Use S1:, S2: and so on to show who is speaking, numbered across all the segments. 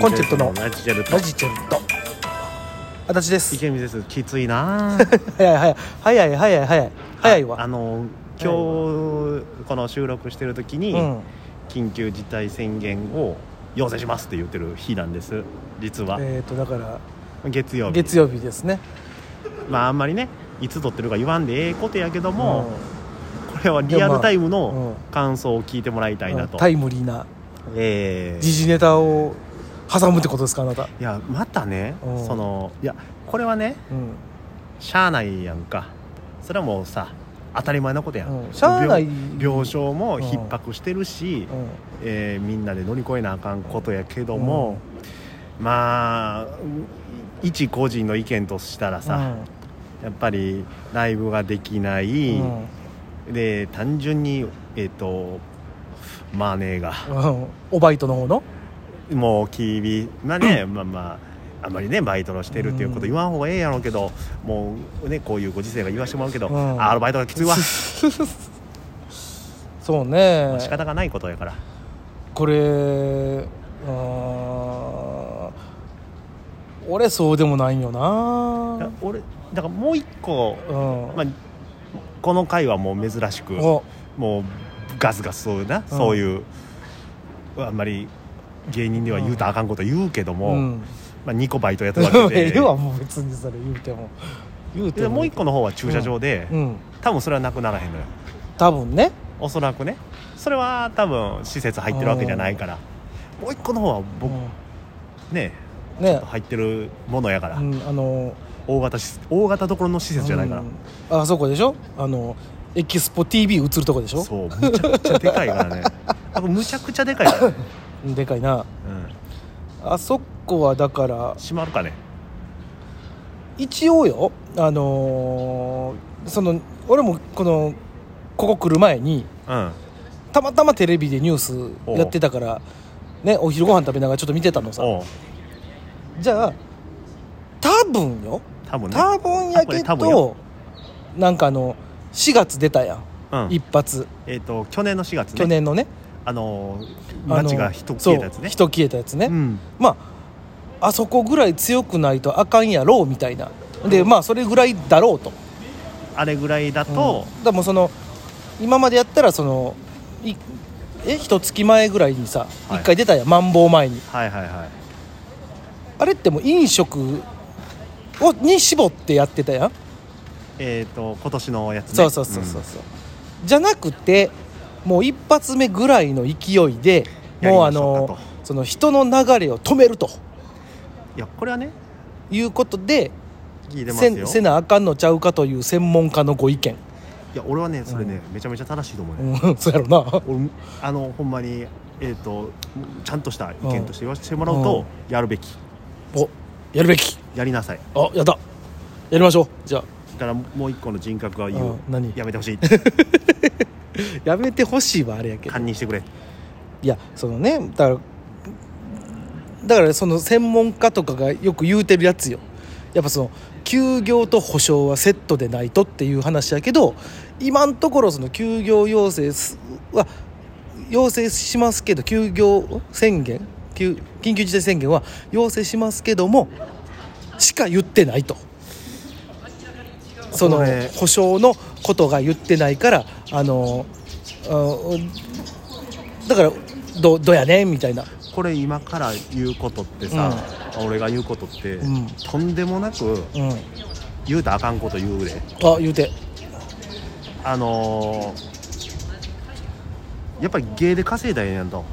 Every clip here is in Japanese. S1: コンチェルトの
S2: ラジチェルト
S1: ラジチェルト私です
S2: 池見ですきついな
S1: 早い早い早い早い早い 早いわ
S2: あの今日この収録してる時に、
S1: うん
S2: 緊急事態宣言を要請しますって言ってる日なんです実は、
S1: えっ、とだから
S2: 月曜日
S1: 月曜日ですね
S2: まああんまりねいつ撮ってるか言わんでええことやけども、
S1: う
S2: これはリアルタイム
S1: でもまあうん
S2: の感想を聞いてもらいたい
S1: ん
S2: なと、
S1: タイムリーな
S2: ええ
S1: 時事ネタを挟むってことですかあなた
S2: いやまたね
S1: うん
S2: そのいやこれはね
S1: うん、
S2: しゃあないやんかそれはもうさ当たり前のことやん、
S1: うんしゃあない
S2: 病病床も逼迫してるし、
S1: うん、
S2: えーみんなで乗り越えなあかんことやけども、まあうん一個人の意見としたらさ、やっぱりライブができない、
S1: うんうん
S2: で単純にえっ、とマネーが
S1: うんおバイトの方の
S2: もう君まあ ねまあまああんまりねバイトのしてるっていうこと言わん方がええやろうけど、もうねこういうご時世が言わしてもらうけど、
S1: うん
S2: あアルバイトがきついわ
S1: そうね、
S2: 仕方がないことやから
S1: これあー俺そうでもないんよ
S2: い
S1: な
S2: や俺だからもう一個、
S1: うん、
S2: まあ、この回はもう珍しく
S1: お
S2: もうガスガスそういうな、そういうあんまり芸人では言うたらあかんこと言うけども、
S1: うん、
S2: まあ、2個バイトやってるわけ
S1: え
S2: で
S1: えわもう別にそれ言うても言うて
S2: で
S1: も
S2: もう一個の方は駐車場で、
S1: うん
S2: 多分それはなくならへんのよ
S1: 多分ね
S2: おそらくねそれは多分施設入ってるわけじゃないからもう一個の方は僕、
S1: う
S2: ね
S1: んね
S2: 入ってるものやから、
S1: うんあの
S2: 大型施大型どころの施設じゃないから、
S1: うんあそこでしょあのエキスポ TV 映るとこでしょ
S2: そうむちゃくちゃでかいから ね多分むちゃくちゃでかいからね、
S1: でかいな
S2: うん、
S1: あそこはだから
S2: 閉まるかね
S1: 一応よあのーその俺もこのここ来る前に
S2: うん
S1: たまたまテレビでニュースやってたからねお昼ご飯食べながらちょっと見てたのさ
S2: おう
S1: じゃあ多分よ
S2: 多分ね
S1: 多分やけ
S2: 多分よ
S1: どなんかあの4月出たやん、
S2: うん
S1: 一発
S2: えっ、と去年の4月ね
S1: 去年のね
S2: あのー
S1: あの
S2: 街が人消えたやつ
S1: そう
S2: ね
S1: 人消えたやつね、
S2: うん
S1: まああそこぐらい強くないとあかんやろうみたいなでまあそれぐらいだろうと
S2: あれぐらいだ
S1: と
S2: と、
S1: だからもうその今までやったらそのいえ一月前ぐらいにさ、一
S2: はい
S1: 回出たやんマンボウ前に
S2: はいはいはい
S1: あれってもう飲食をに絞ってやってたやん、
S2: えっ、と今年のやつね
S1: そうそうそうそうそうじゃなくてもう一発目ぐらいの勢いでもうあ
S2: やりましょうかと
S1: のその人の流れを止めると
S2: うんいやこれはね
S1: いうことで
S2: 聞いてます
S1: せ
S2: よ
S1: んせなあかんのちゃうかという専門家のご意見、
S2: いや俺はねそれね、めちゃめちゃ正しいと思うね、
S1: うん、 そうやろな
S2: 俺あのほんまにえっ、とちゃんとした意見として言わせてもらうと、やるべき
S1: おやるべき
S2: やりなさい
S1: あやったやりましょうじゃあ
S2: だからもう一個の人格が言う、
S1: うん何
S2: やめてほしい
S1: やめてほしいはあれやけど
S2: 堪忍してくれ
S1: いやそのねだからだからその専門家とかがよく言うてるやつよやっぱその休業と補償はセットでないとっていう話やけど今のところその休業要請すは要請しますけど休業宣言休緊急事態宣言は要請しますけどもしか言ってないとその
S2: こ
S1: 補
S2: れ
S1: 償のことが言ってないからあのあだからどどやねんみたいな
S2: これ今から言うことってさ、俺が言うことって、
S1: ん
S2: とんでもなく
S1: うんあ
S2: 言うたらあかんこと言うで
S1: 言うて
S2: あのーやっぱり芸で稼いだらええやんと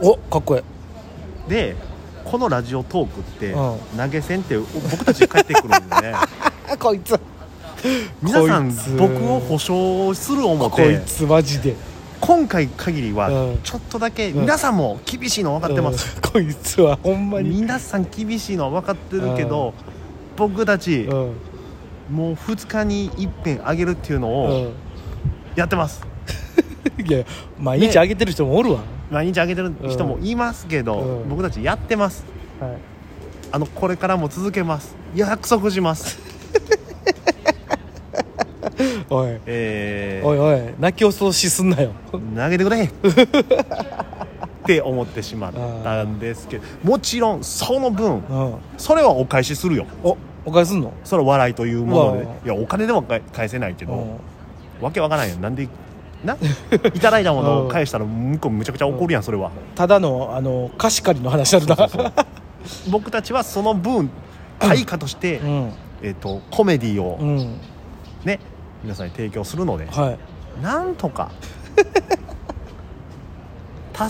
S1: おかっこえ
S2: でこのラジオトークって、
S1: う
S2: 投げ銭って僕たち帰ってくるんでね
S1: えこいつ
S2: 皆さん
S1: こいつ
S2: 僕を保証する思
S1: こい
S2: て
S1: つマジで
S2: 今回限り
S1: う
S2: は
S1: ん
S2: ちょっとだけ、
S1: ん
S2: 皆さんも厳しいの分かってます、
S1: うんこいつはほんまに
S2: 皆さん厳しいのは分かってるけど、僕たち、
S1: うん
S2: もう2日に一遍あげるっていうの
S1: う
S2: を
S1: ん
S2: やってます、
S1: いや毎日あげてる人もおるわ、
S2: 毎日あげてる人もいますけど、
S1: うん
S2: 僕たちやってます
S1: はい、
S2: あのこれからも続けます約束します
S1: おい
S2: えー
S1: おいおい泣き落としすんなよ
S2: 投げてくれって思ってしまったんですけどもちろんその分
S1: うん
S2: それはお返しするよ
S1: おお返しすんの
S2: それは笑いというもので
S1: うわ
S2: いやお金では返返せないけ
S1: う
S2: ど
S1: ん
S2: わけわからんよなんでないただいたものを返したら向こうむちゃくちゃ怒るやんそれは
S1: ただのあの貸し借りの話になるな
S2: そうそうそう僕たちはその分対価として、
S1: うん
S2: えっとコメディを
S1: うん
S2: ね、皆さんに提供するので
S1: はい
S2: なんとか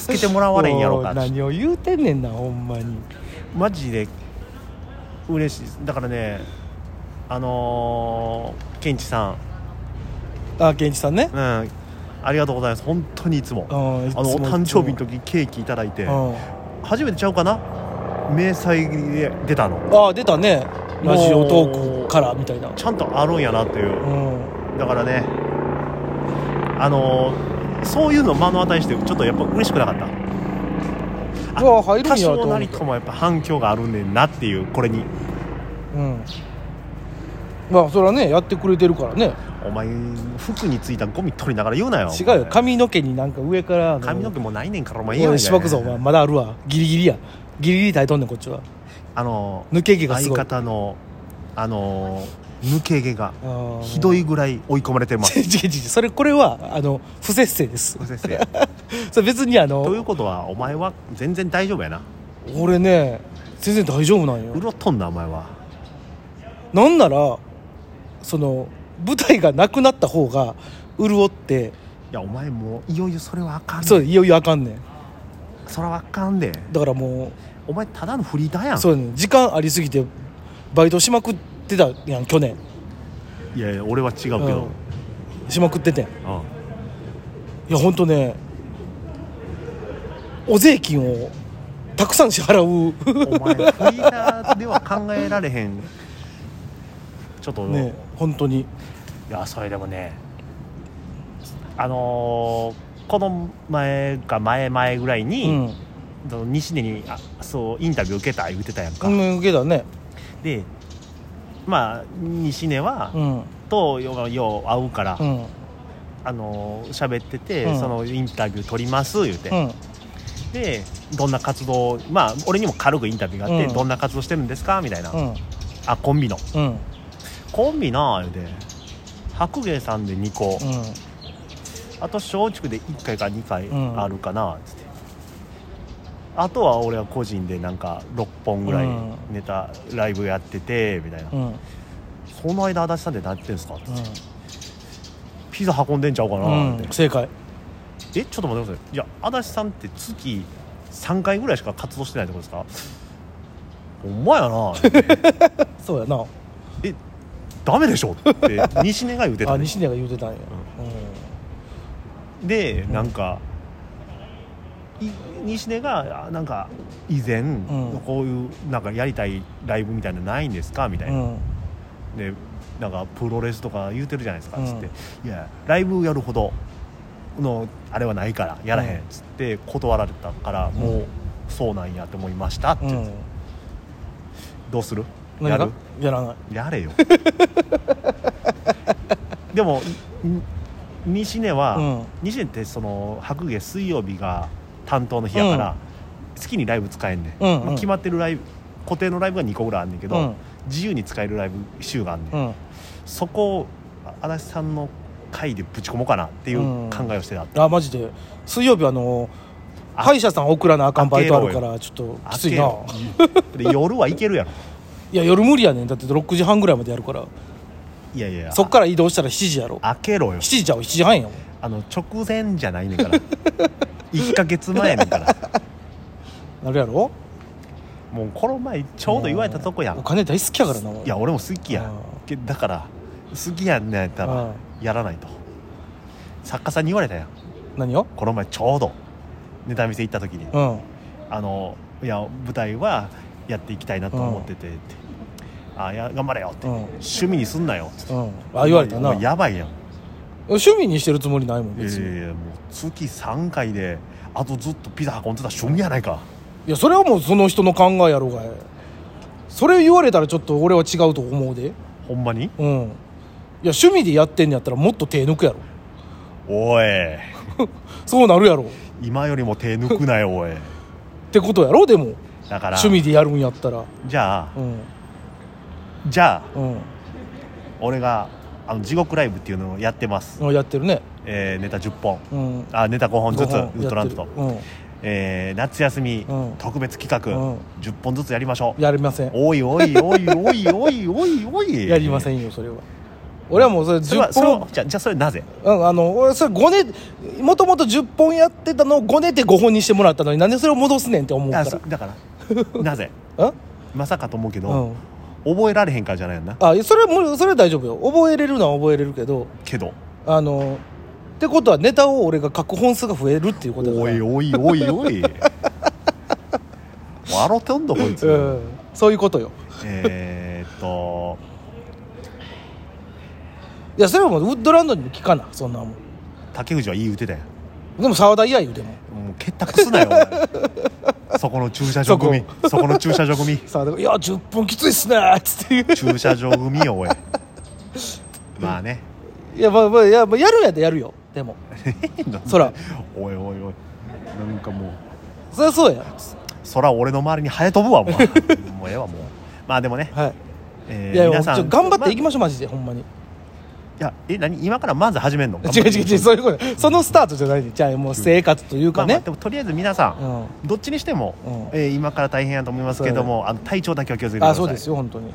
S2: 助けてもらわれんやろ
S1: お
S2: か
S1: い何を言うてんねんなほんまに
S2: マジで嬉しいですだからねあのー、ケンチさ
S1: あケンチさんね
S2: ん、うん、ありがとうございます本当にいつも
S1: う
S2: あ
S1: んいつも
S2: のお誕生日の
S1: い
S2: 時ケーキいただいて
S1: つもうん
S2: 初めてちゃうかな明細で出たの
S1: ああ出たねラジオトークからみたいな
S2: ちゃんとあるんやなっていう
S1: うん
S2: だからねあのーそういうのを目の当たりにしてちょっとやっぱ嬉しくなかったあ
S1: うわ入る
S2: 多
S1: んやと
S2: 少
S1: 思
S2: な
S1: っ
S2: り
S1: て
S2: ともやっぱ反響があるねんなっていうこれに
S1: うんまあそれはねやってくれてるからね
S2: お前服についたゴミ取りながら言うなよ
S1: 違うよ髪の毛になんか上からあ
S2: 髪の毛もうないねんからお前
S1: おいしばくぞお前
S2: 前
S1: まだあるわギリギリやギリギリ耐えとんねんこっちは
S2: あのー
S1: 抜け毛がす
S2: 相
S1: ごい
S2: 方のあのー抜け毛が
S1: ああ
S2: ひどいぐらい追い込まれてます
S1: 違う違う違うそれこれはあの不節制です
S2: 先生
S1: それ別にあ
S2: という
S1: の
S2: ことはお前は全然大丈夫やな
S1: 俺ね全然大丈夫なんよ
S2: うろっとんなお前は
S1: なんならその舞台がなくなった方が潤って
S2: いやお前もういよいよそれはあかんねん
S1: そういよいよあかんねん
S2: それはあかんで
S1: だからも
S2: お前ただのフリーターや
S1: うんそうやねん時間ありすぎてバイトしまくってたやん去年
S2: いやいや俺は違うけど、うん
S1: うんしまくっててんいやほんとねお税金をたくさん支払う
S2: お前フリーターでは考えられへんちょっと、
S1: ね本当に
S2: いやそれでもねあのーこの前か前々ぐらいうに、
S1: ん
S2: その西根にあそうインタビュー受けた言ってたやんか、
S1: うん受けたね
S2: でまあ西根は、
S1: うん
S2: とようよう会うから、
S1: うん
S2: あのー喋ってて、
S1: うん
S2: そのインタビュー取ります言って、
S1: うん
S2: でどんな活動まあ俺にも軽くインタビューがあって、
S1: うん
S2: どんな活動してるんですかみたいな、
S1: うん
S2: あコンビの
S1: うん
S2: コンビな言うて白芸さんで2個、
S1: うん
S2: あと松竹で1回か2回
S1: うん
S2: あるかなつって、あとは俺は個人でなんか6本ぐらい
S1: うん
S2: ネタ、ライブやっててみたいな、
S1: うん
S2: その間足立さんで何やってんすかつって、
S1: うん
S2: ピザ運んでんちゃうか
S1: う
S2: な、
S1: ん
S2: って
S1: 正解
S2: えちょっと待ってくださいいや足立さんって月3回ぐらいしか活動してないってことですかほんまやな
S1: そうやな
S2: えダメでしょ って西根が言うて
S1: あ
S2: たね
S1: 西根が言うてたんや、
S2: でなんか、い西根があなんか以前、
S1: ん
S2: こういうなんかやりたいライブみたいなのないんですかみた
S1: う
S2: い
S1: ん
S2: な、
S1: うん
S2: でなんかプロレスとか言うてるじゃないですか
S1: うん
S2: つって、いやライブやるほどのあれはないからやらへんっつって断られたから、もうそうなんやって思いましたって、
S1: うん
S2: どうする
S1: 何
S2: や
S1: が
S2: る
S1: やらない
S2: や れよでもん西根は、
S1: うん
S2: 西根ってその白芸水曜日が担当の日やから、好きにライブ使えんね、ん
S1: うんうん
S2: まあ決まってるライブ固定のライブが2個ぐらいあんねんけど、
S1: うん
S2: 自由に使えるライブ週があんねん、
S1: うん
S2: そこをあ足立さんの回でぶち込もうかなっていう
S1: うん
S2: 考えをしてた、
S1: あマジで水曜日あの
S2: あ
S1: 歯医者さん送らなあかんバイトあるからちょっときついな
S2: 明けよで夜はいける やろ
S1: いや夜無理やねんだって6時半ぐらいまでやるから
S2: いやいやいや
S1: そっから移動したら7時やろ7
S2: 開けろよ
S1: 時じゃう7時半やもん
S2: あの直前じゃないねんから1 ヶ月前やねんから
S1: なるやろ
S2: もうこの前ちょうど言われたとこやん
S1: お金大好きやからなお前
S2: いや俺も好きや
S1: う
S2: けだから好きやんねやった
S1: う
S2: ら
S1: ん
S2: やらないと作家さんに言われたやん
S1: 何を
S2: この前ちょうどネタ見せ行った時に
S1: うん
S2: あのいや舞台はやっていきたいなと思っててってあいや頑張れよって
S1: うん
S2: 趣味にすんなよって
S1: うんあ言われたな
S2: もうやばいやん
S1: 趣味にしてるつもりないもん
S2: いや
S1: 別
S2: い
S1: に、
S2: やいやもう月3回であとずっとピザ運んでたら趣味やないか
S1: いやそれはもうその人の考えやろうがいそれ言われたらちょっと俺は違うと思うで
S2: ほんまに
S1: うんいや趣味でやってんのやったらもっと手抜くやろ
S2: おい
S1: そうなるやろっ
S2: 今よりも手抜くな よおい
S1: てことやろでも
S2: だから
S1: 趣味でやるんやったら
S2: じゃあ
S1: うん
S2: じゃあ
S1: うん
S2: 俺があの地獄ライブっていうのをやってます、
S1: あやってるね
S2: えーネタ10本
S1: うん
S2: あネタ5本ずつウ
S1: ご飯
S2: ッドランドと
S1: やってるうん
S2: えー夏休み
S1: うん
S2: 特別企画、
S1: うん
S2: 10本ずつやりましょう
S1: やりません
S2: おいおいおいおいおいおいおい
S1: やりませんよそれは俺はもうそれ
S2: それは
S1: 10
S2: それは
S1: 本
S2: じゃあじゃあそれなぜ
S1: うんあの俺それ五年もともと10本やってたのを5年で5本にしてもらったのになんでそれを戻すねんって思うか
S2: あそだから なぜ
S1: ら
S2: まさかと思うけ
S1: うん、う
S2: ど
S1: ん、
S2: 覚えられへんからじゃないよな
S1: あそれはもうそれは大丈夫よ覚えれるのは覚えれるけど
S2: けど
S1: あのってことはネタを俺が書く本数が増えるっていうことだか
S2: お
S1: ら
S2: いおいおいお い笑ってんだこいつ、
S1: うん、そういうことよ
S2: えーっと
S1: いやそれはもうウッドランドにも聞かなそんなもん
S2: 竹藤はいい言うてたや
S1: でも沢田嫌言うでも
S2: もう結託すなよお 前そこの駐車場組そこの駐車場組
S1: 沢田が「いや10本きついっすね」っつって言う
S2: 駐車場組よ おいまあね
S1: いやまあまあいやまあやるやでやるよでもそら
S2: おいおいおいなんかもう
S1: そりゃそうや
S2: 空俺の周りにハエ飛ぶ わもうもうええわもうまあでもね、
S1: はい
S2: えー
S1: いやいや
S2: 皆
S1: ちょ
S2: さ
S1: っ
S2: ん
S1: と頑張っていき
S2: ま
S1: ましょうマジでほんまに
S2: いやえ何今からまず始めるの
S1: 違う違う違う
S2: う
S1: そういうことそのスタートじゃないでじゃあもう生活という
S2: ま
S1: か
S2: あまあ
S1: ね
S2: でもとりあえず皆さ、
S1: うんん
S2: どっちにしても、
S1: うん
S2: えー今から大変やと思いますけどもあの体調だけは気をつけてください
S1: あそうですよ本当に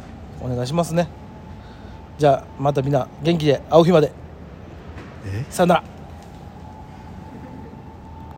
S1: お願いしますねじゃあまたみんな元気で会う日まで
S2: え
S1: さよなら